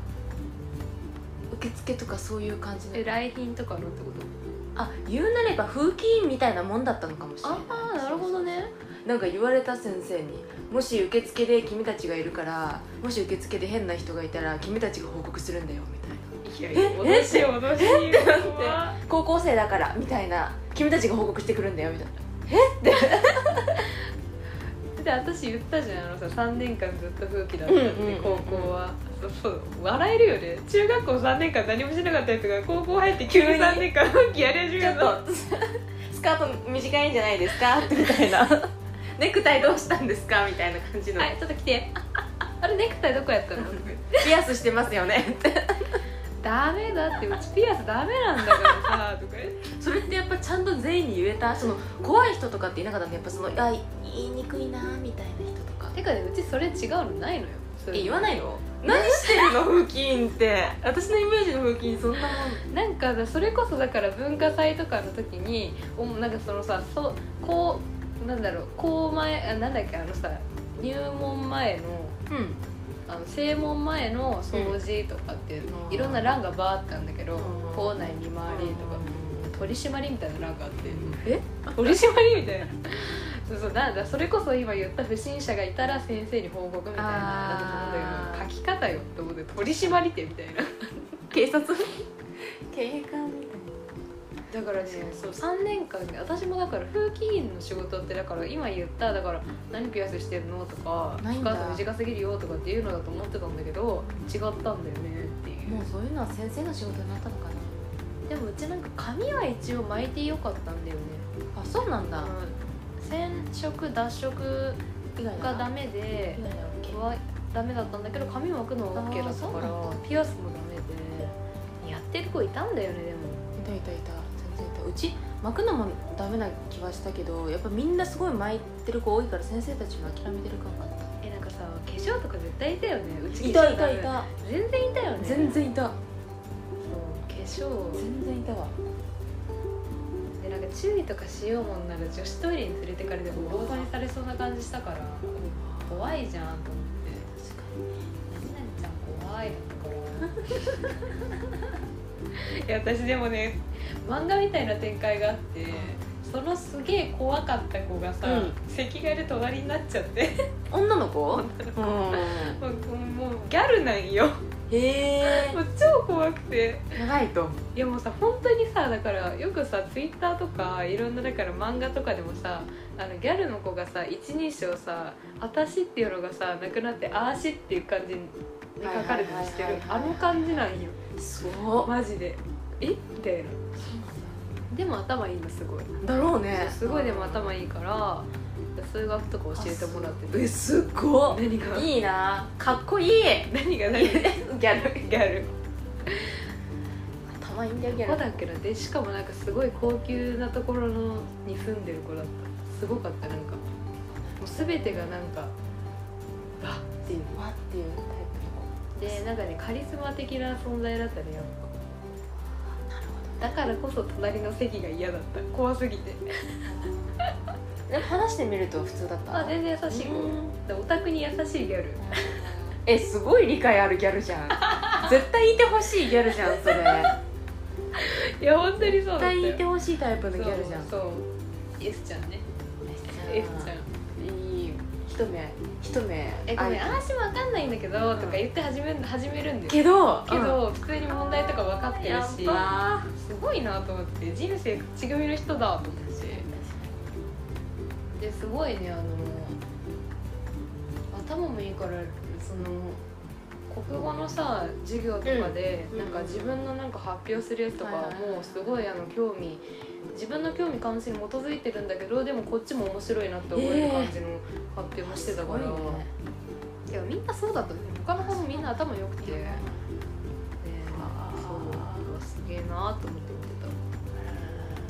Speaker 2: 受付とかそういう感じ
Speaker 1: え
Speaker 2: で
Speaker 1: 来賓とかのってこと
Speaker 2: あ言うなれば風紀委員みたいなもんだったのかもしれない
Speaker 1: ー
Speaker 2: なんか言われた先生にもし受付で君たちがいるからもし受付で変な人がいたら君たちが報告するんだよみたいない
Speaker 1: やいや
Speaker 2: え
Speaker 1: 脅し脅しえって
Speaker 2: って高校生だからみたいな君たちが報告してくるんだよみたいな
Speaker 1: で私言ったじゃんあのさ3年間ずっと風紀だったって、
Speaker 2: うんうんうんうん
Speaker 1: 高校はそうそう笑えるよね中学校3年間何もしなかったやつが高校入って急に
Speaker 2: 急に
Speaker 1: 3年間風紀やり始め
Speaker 2: ちょ
Speaker 1: た
Speaker 2: っと *laughs* スカート短いんじゃないですかみたいなネクタイどうしたんですかみたいな感じの、
Speaker 1: はいちょっと来て *laughs* あれネクタイどこやったの
Speaker 2: ピアスしてますよねって
Speaker 1: ダメだってうちピアスダメなんだからさとか言って
Speaker 2: それってやっぱちゃんと全員に言えたその怖い人とかっていなかったのやっぱそのあ言いにくいなみたいな人とか
Speaker 1: *laughs* てかねうちそれ違うのないのよそう
Speaker 2: え
Speaker 1: いう
Speaker 2: 言
Speaker 1: の
Speaker 2: わないの何してるの風紀委員って私のイメージの風紀委員そんなもん
Speaker 1: なんかさそれこそだから文化祭とかの時におなんかそのさそうこうなんだろうこう前あなんだっけあのさ入門前の
Speaker 2: うん
Speaker 1: あの正門前の掃除とかっていうの、
Speaker 2: うん
Speaker 1: いろんな欄がバーってあるんだけど、
Speaker 2: うん
Speaker 1: 校内見回りとか、取り締まりみたいな欄があって、
Speaker 2: え
Speaker 1: 取り締まりみたいなそうそうなんだそれこそ今言った不審者がいたら先生に報告みたいなのだと思うんだけど書き方よって思って取り締まりってみたいな
Speaker 2: 警察警官みたい
Speaker 1: だからねそう3年間で私もだから風紀委員の仕事ってだから今言っただから「何ピアスしてるの?」とか「
Speaker 2: ない
Speaker 1: ス
Speaker 2: ん
Speaker 1: カ
Speaker 2: だ
Speaker 1: ート短すぎるよ」とかっていうのだと思ってたんだけど違ったんだよねっていう
Speaker 2: もうそういうのは先生の仕事になったのかな
Speaker 1: でもうちなんか髪は一応巻いてよかったんだよね
Speaker 2: あそうなん
Speaker 1: あ
Speaker 2: だ
Speaker 1: の染色脱色
Speaker 2: 以外
Speaker 1: がダ
Speaker 2: メ
Speaker 1: メで
Speaker 2: 以外だっけ
Speaker 1: はダメだったんだけど髪巻くのは OK だったか
Speaker 2: あーそうな
Speaker 1: らピアスもダメでやってる子いたんだよねでも
Speaker 2: いたいたいた全然いたうち巻くのもダメな気はしたけどやっぱみんなすごい巻いてる子多いから先生たちも諦めてる感があった
Speaker 1: えなんかさ化粧とか絶対いたよねうち化粧ダメ
Speaker 2: た
Speaker 1: 全然いたよね
Speaker 2: 全然いた
Speaker 1: そう化粧
Speaker 2: 全然いたわ
Speaker 1: でなんか注意とかしようもんなら女子トイレに連れてかれてボコボコにされそうな感じしたから怖いじゃんと思って
Speaker 2: 確か
Speaker 1: 何々ちゃん怖いだからいや私でもね漫画みたいな展開があってそのすげえ怖かった子がさ、
Speaker 2: うん
Speaker 1: 席替えで隣になっちゃって
Speaker 2: に女の子う
Speaker 1: も
Speaker 2: ん
Speaker 1: うもうギャルなんよ
Speaker 2: へえ
Speaker 1: もう超怖くて
Speaker 2: 長いと
Speaker 1: いやもうさ本当にさだからよくさツイッターとかいろんなだから漫画とかでもさあのギャルの子がさ一人称さ「あたし」っていうのがさなくなって「あーし」っていう感じに書かれてしてる
Speaker 2: はいはい
Speaker 1: あ
Speaker 2: はいはい
Speaker 1: の感じなんよ
Speaker 2: そう
Speaker 1: マジでえみたいなでも頭いいのすごい
Speaker 2: だろうね
Speaker 1: すごいでも頭いいから数学とか教えてもらってて
Speaker 2: えすごっ
Speaker 1: 何が
Speaker 2: いいなかっこいい
Speaker 1: 何が何が
Speaker 2: ギャル
Speaker 1: ギャル
Speaker 2: 頭いいんだよギ
Speaker 1: どこだっけなでしかもなんかすごい高級なところのに住んでる子だったすごかったなんかもう全てがなんかあっていう
Speaker 2: わっていうタイ
Speaker 1: でなんかねカリスマ的な存在だったねやっ
Speaker 2: プの子なる
Speaker 1: ぱ
Speaker 2: ほど
Speaker 1: だからこそ隣の席が嫌だった怖すぎて
Speaker 2: でも話してみると普通だった
Speaker 1: あ全然優しい子
Speaker 2: うん
Speaker 1: でオタクに優しいギャル
Speaker 2: えすごい理解あるギャルじゃ *laughs* ん絶対いてほしいギャルじゃんそれ絶
Speaker 1: いや本当にそうだったよ
Speaker 2: 対いてほしいタイプのギャルじゃん
Speaker 1: そうそう S ちゃんね S ちゃん
Speaker 2: いい一目一目
Speaker 1: えごめん
Speaker 2: あ
Speaker 1: 話もわかんないんだけどとか言って始める始めるんです
Speaker 2: けど
Speaker 1: けど普通に問題とか分かってるし
Speaker 2: や
Speaker 1: すごいなと思って人生口組の人だと思ってですごいねあの頭もいいからその国語のさ授業とかで、
Speaker 2: うん
Speaker 1: なんか自分のなんか発表するやつとか
Speaker 2: はいはい
Speaker 1: もうすごいあの興味自分の興味関心に基づいてるんだけどでもこっちも面白いなって思える感じの発表もしてたから、
Speaker 2: すごいね
Speaker 1: いやみんなそうだったね他の方もみんな頭良くて、ね、
Speaker 2: あー
Speaker 1: そううわすげえなと思って見てた。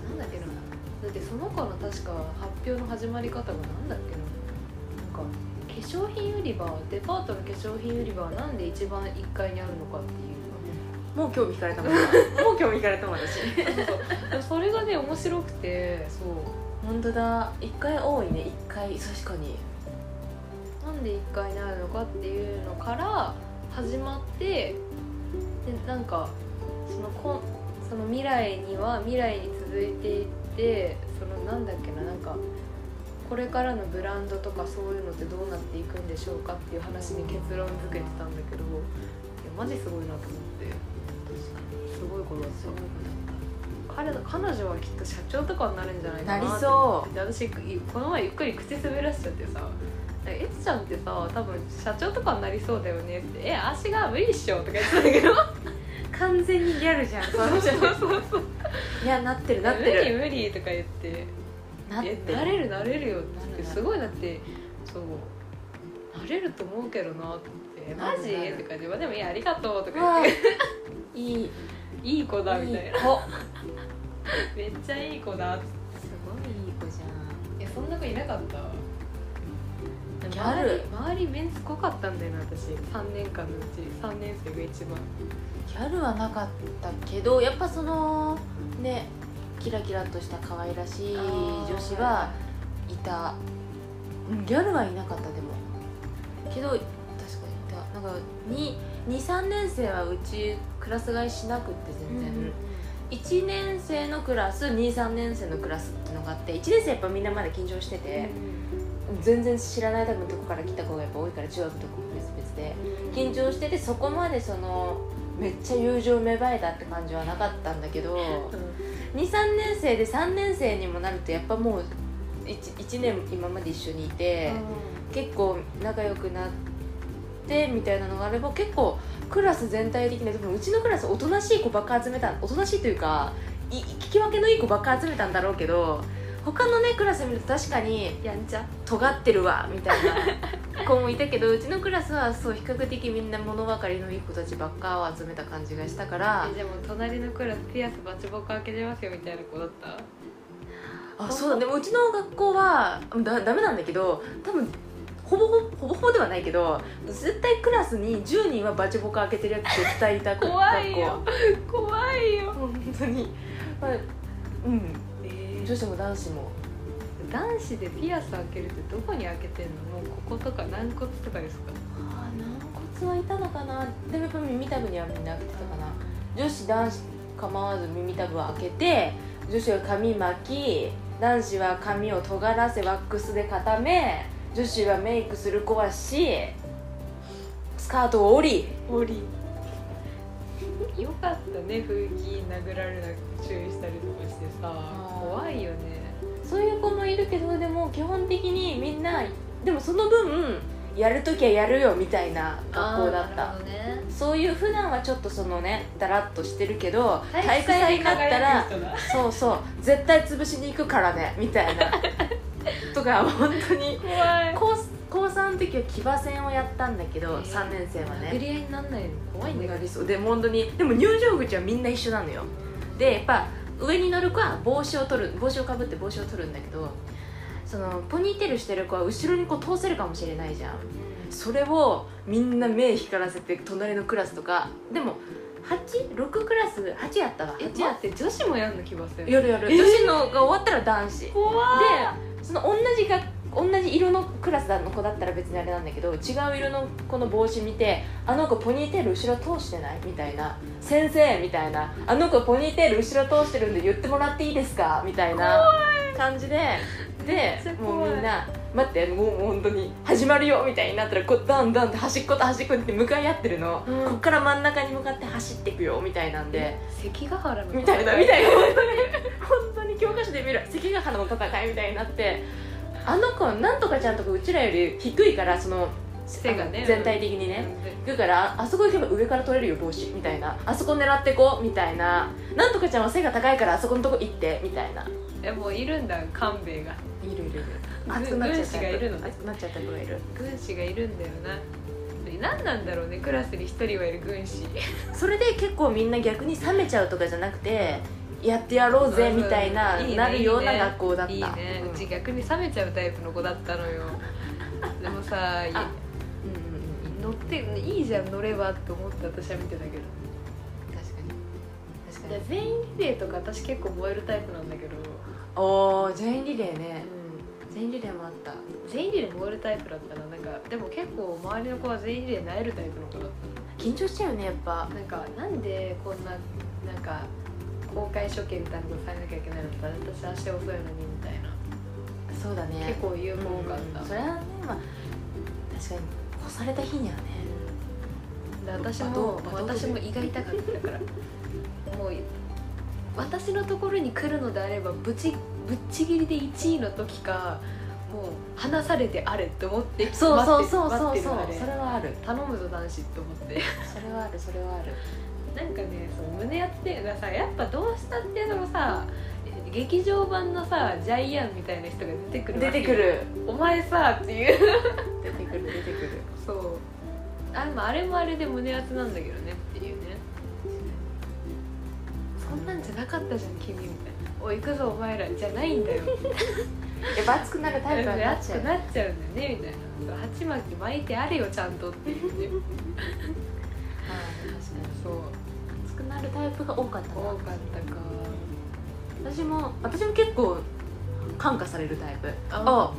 Speaker 1: なんだっけなだってその子の確か発表の始まり方がなんだっけななんか化粧品売り場デパートの化粧品売り場はなんで一番1階にあるのかって
Speaker 2: もう興味惹か
Speaker 1: *laughs*
Speaker 2: れたもんなもう興味惹かれたもん私
Speaker 1: いうそうそうでもそれがね面白くてそう
Speaker 2: 本当だ一回多いね一回確かに
Speaker 1: なんで1階にあるのかっていうのから始まってでなんかそのこんその未来には未来に続いていってそのなんだっけななんかこれからのブランドとかそういうのってどうなっていくんでしょうかっていう話に結論づけてたんだけどいやマジすごいなと思ってすごいことだった彼の彼女はきっと社長とかになるんじゃないか
Speaker 2: な
Speaker 1: な
Speaker 2: り
Speaker 1: って
Speaker 2: そ
Speaker 1: で私この前ゆっくり口滑らしちゃってさ「なんかエツちゃんってさ多分社長とかになりそうだよね」って「えあしが無理っしょ」とか言ってたんだけど
Speaker 2: う完全にギャ
Speaker 1: *laughs*
Speaker 2: ルじゃんその人いやなってるなって
Speaker 1: 無理
Speaker 2: る
Speaker 1: 無理」とか言って
Speaker 2: なっ
Speaker 1: え
Speaker 2: て
Speaker 1: な
Speaker 2: る
Speaker 1: れるなれるよって言っ
Speaker 2: なる
Speaker 1: て
Speaker 2: なる
Speaker 1: すごいだってそうなれると思うけどなって「
Speaker 2: な
Speaker 1: マ
Speaker 2: る
Speaker 1: ジ?」
Speaker 2: なる
Speaker 1: とか言ってまあ「でもいやありがとう」と
Speaker 2: う
Speaker 1: か
Speaker 2: わ
Speaker 1: 言って
Speaker 2: いいい *laughs* い
Speaker 1: 「いい子だ」みたいな
Speaker 2: 子
Speaker 1: 「めっちゃいい子だ」って
Speaker 2: すごいいい子じ
Speaker 1: い
Speaker 2: ゃ
Speaker 1: やそんな子いなかった
Speaker 2: ギャル
Speaker 1: 周り周りメンツ濃かったんだよな私3年間のうち3年生が一番
Speaker 2: んギャルはなかったけどやっぱそのねキラキラとした可愛らしい女子はいたうんギャルはいなかったでもけど確かにいたなんか23年生はうちクラス替えしなくって全然、1年生のクラス23年生のクラスってのがあって1年生やっぱみんなまだ緊張してて、全然知らない多分とこから来た子がやっぱ多いから中学とかも別々で緊張しててそこまでそのめっちゃ友情芽生えたって感じはなかったんだけど23年生で3年生にもなるとやっぱもう 1, 1年今まで一緒にいて、結構仲良くなってみたいなのがあれば結構クラス全体的に多分うちのクラスおとなしい子ばっか集めたおとなしいというかい聞き分けのいい子ばっか集めたんだろうけど他のねクラス見ると確かに
Speaker 1: やんちゃ
Speaker 2: 尖ってるわみたいな子もいたけどうちのクラスはそう比較的みんな物分かりのいい子たちばっかを集めた感じがしたから
Speaker 1: えでも隣のクラスピアスバチボコ開けてますよみたいな子だった
Speaker 2: あそうだでもうちの学校はだダメなんだけど多分ほぼほぼほぼほぼではないけど絶対クラスに10人はバチボコ開けてるやつ絶対いた
Speaker 1: 怖いよ *laughs*
Speaker 2: 学校
Speaker 1: 怖いよ
Speaker 2: 本当に、まあ、うん
Speaker 1: え
Speaker 2: 女子も男子も
Speaker 1: 男子でピアス開けるってどこに開けてんのもうこことか軟骨とかですか
Speaker 2: あ軟骨はいたのかなでもやっぱ耳たぶにはみんな開けてたかな女子男子構わず耳たぶを開けて女子は髪巻き男子は髪を尖らせワックスで固め女子はメイクする子はしスカートを折り
Speaker 1: オリよかったね風紀殴られなく注意したりとかしてさ
Speaker 2: あー
Speaker 1: 怖いよね
Speaker 2: そういう子もいるけどでも基本的にみんなでもその分やるときはやるよみたいな学校だった
Speaker 1: ね
Speaker 2: そういう普段はちょっとそのねだらっとしてるけど
Speaker 1: 体
Speaker 2: 体育
Speaker 1: 育
Speaker 2: 祭
Speaker 1: 祭
Speaker 2: に
Speaker 1: に
Speaker 2: な
Speaker 1: な
Speaker 2: っ
Speaker 1: ったた
Speaker 2: ら
Speaker 1: ら
Speaker 2: そうそう絶対潰しに行くからねみたいなとか本当に
Speaker 1: 怖い
Speaker 2: 高高3の時は騎馬戦をやったんだけど、
Speaker 1: えー
Speaker 2: 3年生は
Speaker 1: 殴
Speaker 2: ね
Speaker 1: り合いになんないの怖いんだ
Speaker 2: な
Speaker 1: け
Speaker 2: り
Speaker 1: ど
Speaker 2: そうで本当にでも入場口はみんな一緒なのよでやっぱ上に乗る子は帽子を取る帽子をかぶって帽子を取るんだけどそのポニーテールしてる子は後ろにこう通せるかもしれないじゃんそれをみんな目光らせて隣のクラスとかでも86クラス8やったわ
Speaker 1: え
Speaker 2: 8
Speaker 1: 待
Speaker 2: や
Speaker 1: っ
Speaker 2: って
Speaker 1: 女子もやんの騎馬戦
Speaker 2: た夜夜
Speaker 1: えー
Speaker 2: 女子のが終わったら男子
Speaker 1: 怖
Speaker 2: でその同じが同じ色のクラスの子だったら別にあれなんだけど違う色の子の帽子見てあの子ポニーテール後ろ通してないみたいな先生みたいなあの子ポニーテール後ろ通してるんで言ってもらっていいですかみたいな感じでで
Speaker 1: めっちゃ怖い
Speaker 2: もうみんな待ってもうもう本当に始まるよみたいになったらこうダンダンって端っこと端っこに向かい合ってるの、
Speaker 1: うん
Speaker 2: こっから真ん中に向かって走っていくよみたいなんで。
Speaker 1: 関ヶ原の
Speaker 2: みたいなみたいな本当に本当に教科書で見る関ヶ原の戦いみたいになってあの子なんとかちゃんとかうちらより低いからその
Speaker 1: 背がね
Speaker 2: あの全体的にね、だからああそこ行けば上から取れるよ帽子みたいなあそこ狙ってこうみたいななんとかちゃんは背が高いからあそこのとこ行ってみたいな
Speaker 1: えもういるんだ官兵衛が
Speaker 2: いるいるいる
Speaker 1: ぐ
Speaker 2: 熱くなっちゃ
Speaker 1: 軍
Speaker 2: った
Speaker 1: 師がいるのね
Speaker 2: 熱くなっちゃった子がいる
Speaker 1: 軍師がいるんだよな何なんだろうねクラスに一人はいる軍師
Speaker 2: それで結構みんな逆に冷めちゃうとかじゃなくてやってやろうぜみたいな、
Speaker 1: うんいいね
Speaker 2: なるようない
Speaker 1: いね
Speaker 2: 学校だった
Speaker 1: いいね、
Speaker 2: うん
Speaker 1: うち逆に冷めちゃうタイプの子だったの *laughs* よでもさい
Speaker 2: あうんうんうん
Speaker 1: 乗っていいじゃん乗ればって思って私は見てたけど
Speaker 2: 確かに確か
Speaker 1: いや全員リレーとか私結構燃えるタイプなんだけど、
Speaker 2: おお全員リレーね全員リレーもあった
Speaker 1: 全員リレー燃えるタイプだったらなんかでも結構周りの子は全員リレーなえるタイプの子だった
Speaker 2: 緊張しちゃうよねやっぱ
Speaker 1: なんかなんでこんななんか公開処刑みたいなことされなきゃいけないのだ私足遅いのにみたいな
Speaker 2: そうだね
Speaker 1: 結構有効多かった、
Speaker 2: うんそれはねまあ確かに越された日にはね
Speaker 1: で私
Speaker 2: バト
Speaker 1: も
Speaker 2: ンバトンで
Speaker 1: 私も胃が痛かったからもう私のところに来るのであればぶちぶっちぎりで1位の時かもう離されてあれって思って
Speaker 2: そうそうそう
Speaker 1: 待っ
Speaker 2: そう
Speaker 1: て
Speaker 2: そう
Speaker 1: 待ってる
Speaker 2: そ
Speaker 1: の
Speaker 2: れ
Speaker 1: あれ
Speaker 2: はある
Speaker 1: 頼むぞ男子って思って
Speaker 2: それはあるそれはある
Speaker 1: なんかねその胸やってがさやっぱどうしたってでもさ劇場版のさジャイアンみたいな人が出てくる
Speaker 2: 出
Speaker 1: わけ
Speaker 2: てくる
Speaker 1: お前さっていう
Speaker 2: 出てくる出てくる
Speaker 1: そうあまああれもあれで胸熱なんだけどねっていうねそんなんじゃなかったじゃん君みたいな「おい行くぞお前ら」じゃないんだよ
Speaker 2: やっぱ熱く *laughs* なるタイプにな
Speaker 1: *laughs*
Speaker 2: っ
Speaker 1: 熱
Speaker 2: ち
Speaker 1: く
Speaker 2: ゃう
Speaker 1: なっちゃうんだよねみたいなそう鉢巻き巻いてあれよちゃんとっていうね
Speaker 2: はい確かに
Speaker 1: そう
Speaker 2: 熱くなるタイプが多かったな
Speaker 1: 多かったか
Speaker 2: 私も私も結構感化されるタイプ
Speaker 1: あ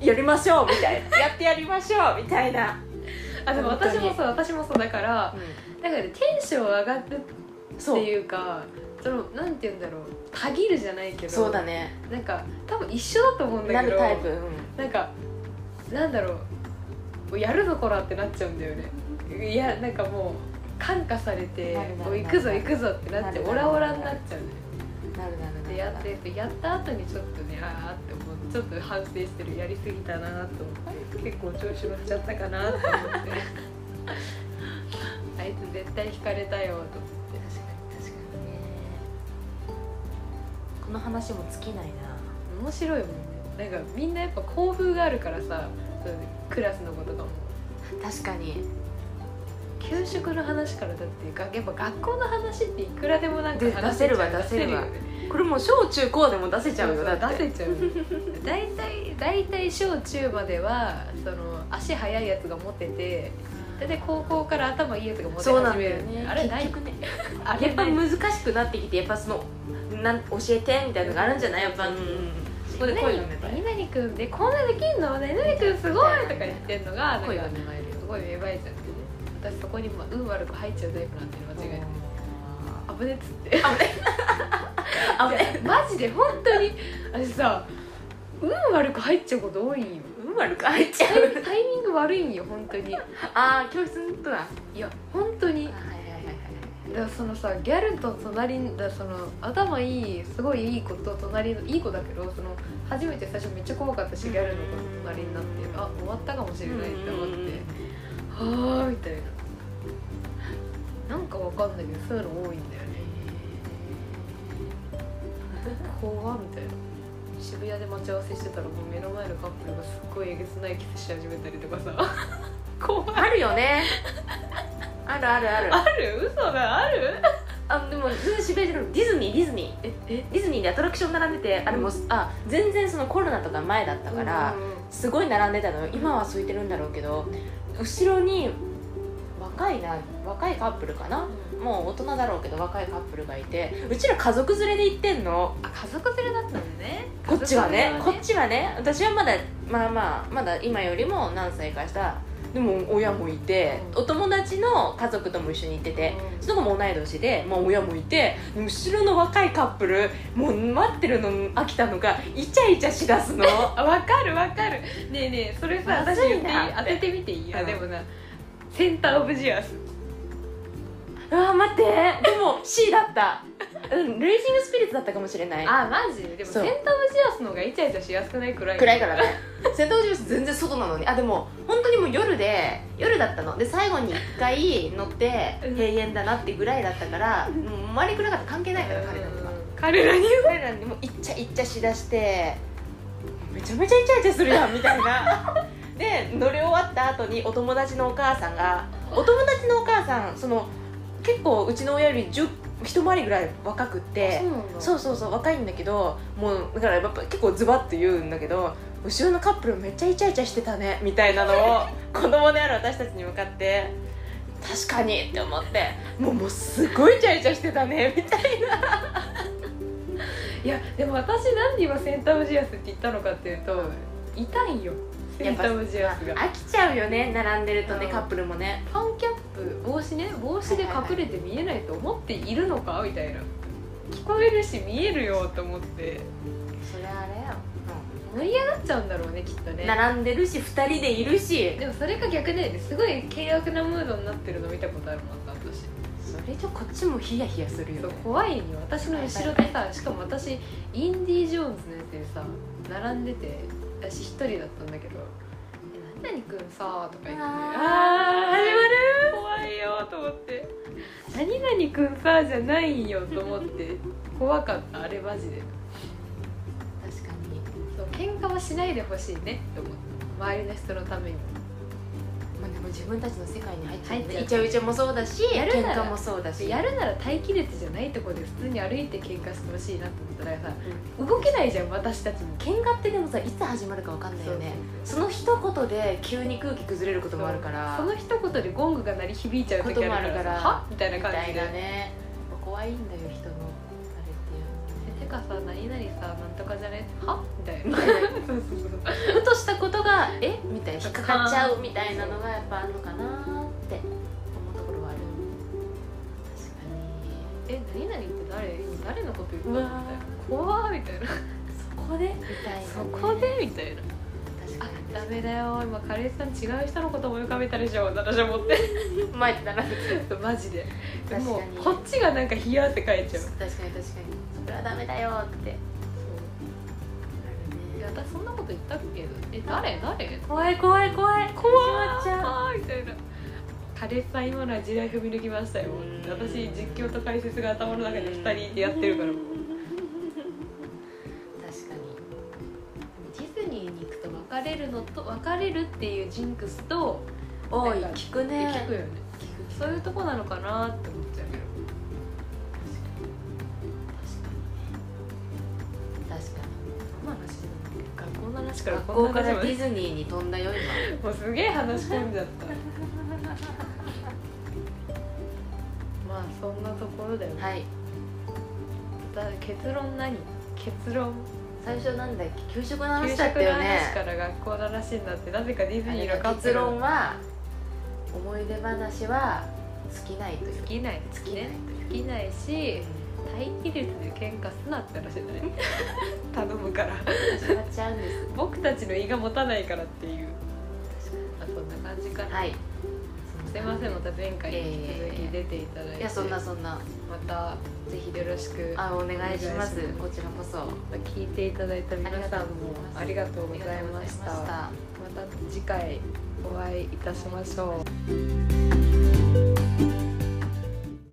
Speaker 2: やりましょうみたいなやってやりましょうみたいな、
Speaker 1: あでも
Speaker 2: 本当に
Speaker 1: 私もそう私もそうだからだからねテンション上がるっ
Speaker 2: そ
Speaker 1: て
Speaker 2: う
Speaker 1: いうかそのなんて言うんだろうたぎるじゃないけど
Speaker 2: そうだね
Speaker 1: なんか多分一緒だと思うんだ
Speaker 2: な
Speaker 1: け
Speaker 2: る
Speaker 1: ど
Speaker 2: タイプ、うん
Speaker 1: なんかなんだろうもうやるぞこらってなっちゃうんだよねいやなんかもう感化されて
Speaker 2: なるなるなる
Speaker 1: もう行くぞ行くぞってなって
Speaker 2: なるなるなる
Speaker 1: オラオラになっちゃうね
Speaker 2: なるなるな
Speaker 1: で
Speaker 2: る
Speaker 1: やってるとやった後にちょっとねああって思うちょっと反省してるやりすぎたなと結構調子乗っちゃったかなと思って
Speaker 2: *laughs*
Speaker 1: あいつ絶対引かれたよと思って
Speaker 2: 確かに確かにねこの話も尽きないな
Speaker 1: 面白いもんねなんかみんなやっぱ興奮があるからさそうクラスのことかも
Speaker 2: 確かに
Speaker 1: 給食の話からだってがやっぱ学校の話っていくらでもなんか
Speaker 2: で
Speaker 1: 話せちゃう
Speaker 2: 出せるわ出せるわ
Speaker 1: よね
Speaker 2: これもう小中高でも出せちゃうよだ
Speaker 1: そう
Speaker 2: って
Speaker 1: 出せちゃうよ大体大体小中まではその足速いやつがモテて大体高校から頭いいやつがモテ
Speaker 2: そうな
Speaker 1: 始
Speaker 2: んだ
Speaker 1: め
Speaker 2: よ
Speaker 1: るんだよ
Speaker 2: ね
Speaker 1: あれな
Speaker 2: 結
Speaker 1: い
Speaker 2: 局ね
Speaker 1: あ
Speaker 2: やっ
Speaker 1: れ
Speaker 2: ぱ
Speaker 1: ない
Speaker 2: 難しくなってきてやっぱそのなん教えてみたいなのがあるんじゃないやっぱ、うんうん、そこで声が芽生える
Speaker 1: 何々くんでこんなできんの何々くんすごいとか言ってんのがなんか
Speaker 2: 声が芽生えるよ
Speaker 1: すごい芽生えちゃってね私そこにまあ運悪く入っちゃうタイプなんて間違いない危ねっつって
Speaker 2: あね
Speaker 1: マジで本当に私さ運悪く入っちゃうこと多いんよ
Speaker 2: うん悪く入っちゃ
Speaker 1: タイ
Speaker 2: う
Speaker 1: ミタイミング悪いんよ本当に
Speaker 2: ああ教室のことだはい
Speaker 1: や本当に
Speaker 2: い
Speaker 1: だか
Speaker 2: はいはい
Speaker 1: らそのさギャルと隣にだその頭いいすごいいい子と隣のいい子だけどその初めて最初めっちゃ怖かったしギャルの子と隣になって
Speaker 2: うん
Speaker 1: あ終わったかもしれないって思っ
Speaker 2: うんうんうん
Speaker 1: てはあみたいななんかわかんないけどそういうの多いんだよね怖みたいな渋谷で待ち合わせしてたらもう目の前のカップルがすっごいえげつないキスし始めたりとかさ *laughs* 怖い
Speaker 2: あるよねあるあるある
Speaker 1: ある嘘だある
Speaker 2: あでも全然渋谷じゃなくてディズニーディズニー
Speaker 1: ええ
Speaker 2: ディズニーでアトラクション並んでてあれもう、あ全然そのコロナとか前だったから、すごい並んでたのよ今は空いてるんだろうけど後ろに若いな若いカップルかなもう大人だろうけど若いカップルがいてうちら家族連れで行ってんの
Speaker 1: あ家族連れだったのね
Speaker 2: こっちはねこっ
Speaker 1: ち
Speaker 2: ちはね私はまだまあまあまだ今よりも何歳かしたでも親もいて
Speaker 1: うん
Speaker 2: お友達の家族とも一緒に行ってて
Speaker 1: うん
Speaker 2: その子も同い年で、まあ、親もいて後ろの若いカップルもう待ってるの飽きたのがイチャイチャしだすの *laughs*
Speaker 1: あわかるわかるねえねえそれさ
Speaker 2: ま
Speaker 1: 私
Speaker 2: ず
Speaker 1: 言
Speaker 2: い
Speaker 1: っていい
Speaker 2: な
Speaker 1: 当ててみていいあ
Speaker 2: うん
Speaker 1: でもなセンターオブジアス
Speaker 2: うわ待ってでも C だったうんレイジングスピリッツだったかもしれない
Speaker 1: あマジでもセ
Speaker 2: そ
Speaker 1: ン
Speaker 2: う
Speaker 1: ターオブジアスの方がイチャイチャしやすくないくらい
Speaker 2: 暗いからね戦闘ジュース全然外なのにあでも本当にもう夜で夜だったので最後に1回乗って
Speaker 1: うん
Speaker 2: 閉園だなってぐらいだったからもう周り暗かったら関係ないから彼らには
Speaker 1: 彼らに
Speaker 2: 彼らにもイッチャイッチャしだしてめちゃめちゃイチャイチャするやんみたいな *laughs* で乗り終わった後にお友達のお母さんがお友達のお母さんその結構うちの親より10一回りぐらい若くって
Speaker 1: そ
Speaker 2: そううそうそう若いんだけどもうだからやっぱ結構ズバッと言うんだけど後ろのカップルめっちゃイチャイチャしてたねみたいなのを *laughs* 子供である私たちに向かって確かにって思ってもうもうすごいイチャイチャしてたねみたい
Speaker 1: いやでも私なんで今センターオブジアスって言ったのかっていうと痛いんよセンターオブジアス
Speaker 2: な
Speaker 1: が
Speaker 2: 飽きちゃうよね並んでるとね
Speaker 1: うん
Speaker 2: カップルもね
Speaker 1: ファンキャップ帽子ね帽子で隠れて見えないと思っているのかみたいな聞こえるし見えるよと思って
Speaker 2: それあれや
Speaker 1: 盛り上がっちゃうんだろうねきっとね
Speaker 2: 並んでるし2人でいるし
Speaker 1: でもそれが逆で、すごい険悪なムードになってるの見たことあるもんな私
Speaker 2: それじゃこっちもヒヤヒヤする
Speaker 1: そ
Speaker 2: よ
Speaker 1: う
Speaker 2: ね
Speaker 1: 怖いよ私の後ろでさしかも私インディ・ジョーンズのやつでさ並んでて私一人だったんだけど「え何々くんさ」とか言って「
Speaker 2: あー
Speaker 1: あー始まる怖いよ」と思って「何々くんさ」じゃないよと思って怖かったあれマジで
Speaker 2: 確かに
Speaker 1: そう喧嘩はしないでほしいねと思った周りの人のために
Speaker 2: まあでも自分たちの世界に入っちゃう,、
Speaker 1: 入っ
Speaker 2: イ
Speaker 1: ちゃ
Speaker 2: チ
Speaker 1: う
Speaker 2: ャイチャもそうだし
Speaker 1: やる
Speaker 2: 喧
Speaker 1: なら
Speaker 2: 嘩もそうだし
Speaker 1: やるなら待機列じゃないところで普通に歩いて喧嘩してほしいなと思ったらさ、動けないじゃん私たちも
Speaker 2: 喧嘩ってでもさいつ始まるか分かんないよねその一言で急に空気崩れることもあるから
Speaker 1: その一言でゴングが鳴り響いちゃう時あるからさ
Speaker 2: こともあるから
Speaker 1: はみたいな
Speaker 2: み
Speaker 1: 感
Speaker 2: た
Speaker 1: じ
Speaker 2: い
Speaker 1: で、
Speaker 2: なね怖いんだよ人のあれっていう
Speaker 1: えてかさ何々さなんとかじゃねはみたいなそうそうそう
Speaker 2: ふとしたことが「えみたいな引っかかっちゃうみたいなのがやっぱあるのかなって思うところはある確かに
Speaker 1: え何々って誰今誰のこと言って
Speaker 2: う
Speaker 1: る
Speaker 2: わ
Speaker 1: 怖ーみたいな
Speaker 2: そこでみたいな、ね、
Speaker 1: そこでみたいな
Speaker 2: 確
Speaker 1: あ
Speaker 2: かに
Speaker 1: ダメだよ今カレーさん違う人のこと思い浮かべたでしょ私は思って
Speaker 2: 前だな確
Speaker 1: *laughs*
Speaker 2: か
Speaker 1: マジで
Speaker 2: 確かに
Speaker 1: もうこっちがなんか冷や汗かいちゃう
Speaker 2: に確かにそれはダメだよって
Speaker 1: いや私そんなこと言ったっけえ誰誰
Speaker 2: 怖い怖い怖い
Speaker 1: 怖
Speaker 2: っちゃう
Speaker 1: いみたいなカレーさん今のは時代踏み抜きましたよ
Speaker 2: うん
Speaker 1: 私実況と解説が頭の中で2人でやってるから
Speaker 2: 確かに
Speaker 1: ディズニーに行くと別れるのと別れるっていうジンクスと
Speaker 2: 多い
Speaker 1: なんか
Speaker 2: 聞くね
Speaker 1: 聞くよねそういうとこなのかなって思っちゃうけど
Speaker 2: 確かに
Speaker 1: 何の話なんだっけ学校の話から
Speaker 2: 学
Speaker 1: こ
Speaker 2: 校
Speaker 1: ん
Speaker 2: か
Speaker 1: な話
Speaker 2: ら
Speaker 1: ま
Speaker 2: デ
Speaker 1: で
Speaker 2: ィズニーに飛んだよ今
Speaker 1: もうすげえ話し込んじゃ
Speaker 2: *laughs*
Speaker 1: ったまあそんなところだよね
Speaker 2: はい
Speaker 1: だ結論何結論
Speaker 2: 最初なんだっけ給食の
Speaker 1: 給
Speaker 2: 話
Speaker 1: 食
Speaker 2: だった
Speaker 1: の
Speaker 2: よ
Speaker 1: 話
Speaker 2: ね
Speaker 1: から学校の話になってなぜかディズ
Speaker 2: あ
Speaker 1: ニ
Speaker 2: れ
Speaker 1: ーのカ
Speaker 2: が
Speaker 1: ップ
Speaker 2: 結
Speaker 1: ル
Speaker 2: 論は思い出話は尽きないという
Speaker 1: 好きない
Speaker 2: 尽きない
Speaker 1: 好きないし
Speaker 2: と
Speaker 1: 待機列で喧嘩すなって話じゃない *laughs* 頼むから
Speaker 2: いう始まっちゃうんです
Speaker 1: 僕たちの胃が持たないからっていう
Speaker 2: 確か
Speaker 1: まあそんな感じか
Speaker 2: に
Speaker 1: な、
Speaker 2: はい
Speaker 1: すいませんまた前回に引き続き出ていただいて
Speaker 2: いやそんなそんな
Speaker 1: またぜひよろしく
Speaker 2: あお願い
Speaker 1: お
Speaker 2: します
Speaker 1: 願いします
Speaker 2: こちらこそ
Speaker 1: 聞いていただいた皆さんもあ
Speaker 2: あ
Speaker 1: り
Speaker 2: り
Speaker 1: が
Speaker 2: が
Speaker 1: とうございました
Speaker 2: ありがとうございました
Speaker 1: また次回お会いいたしましょう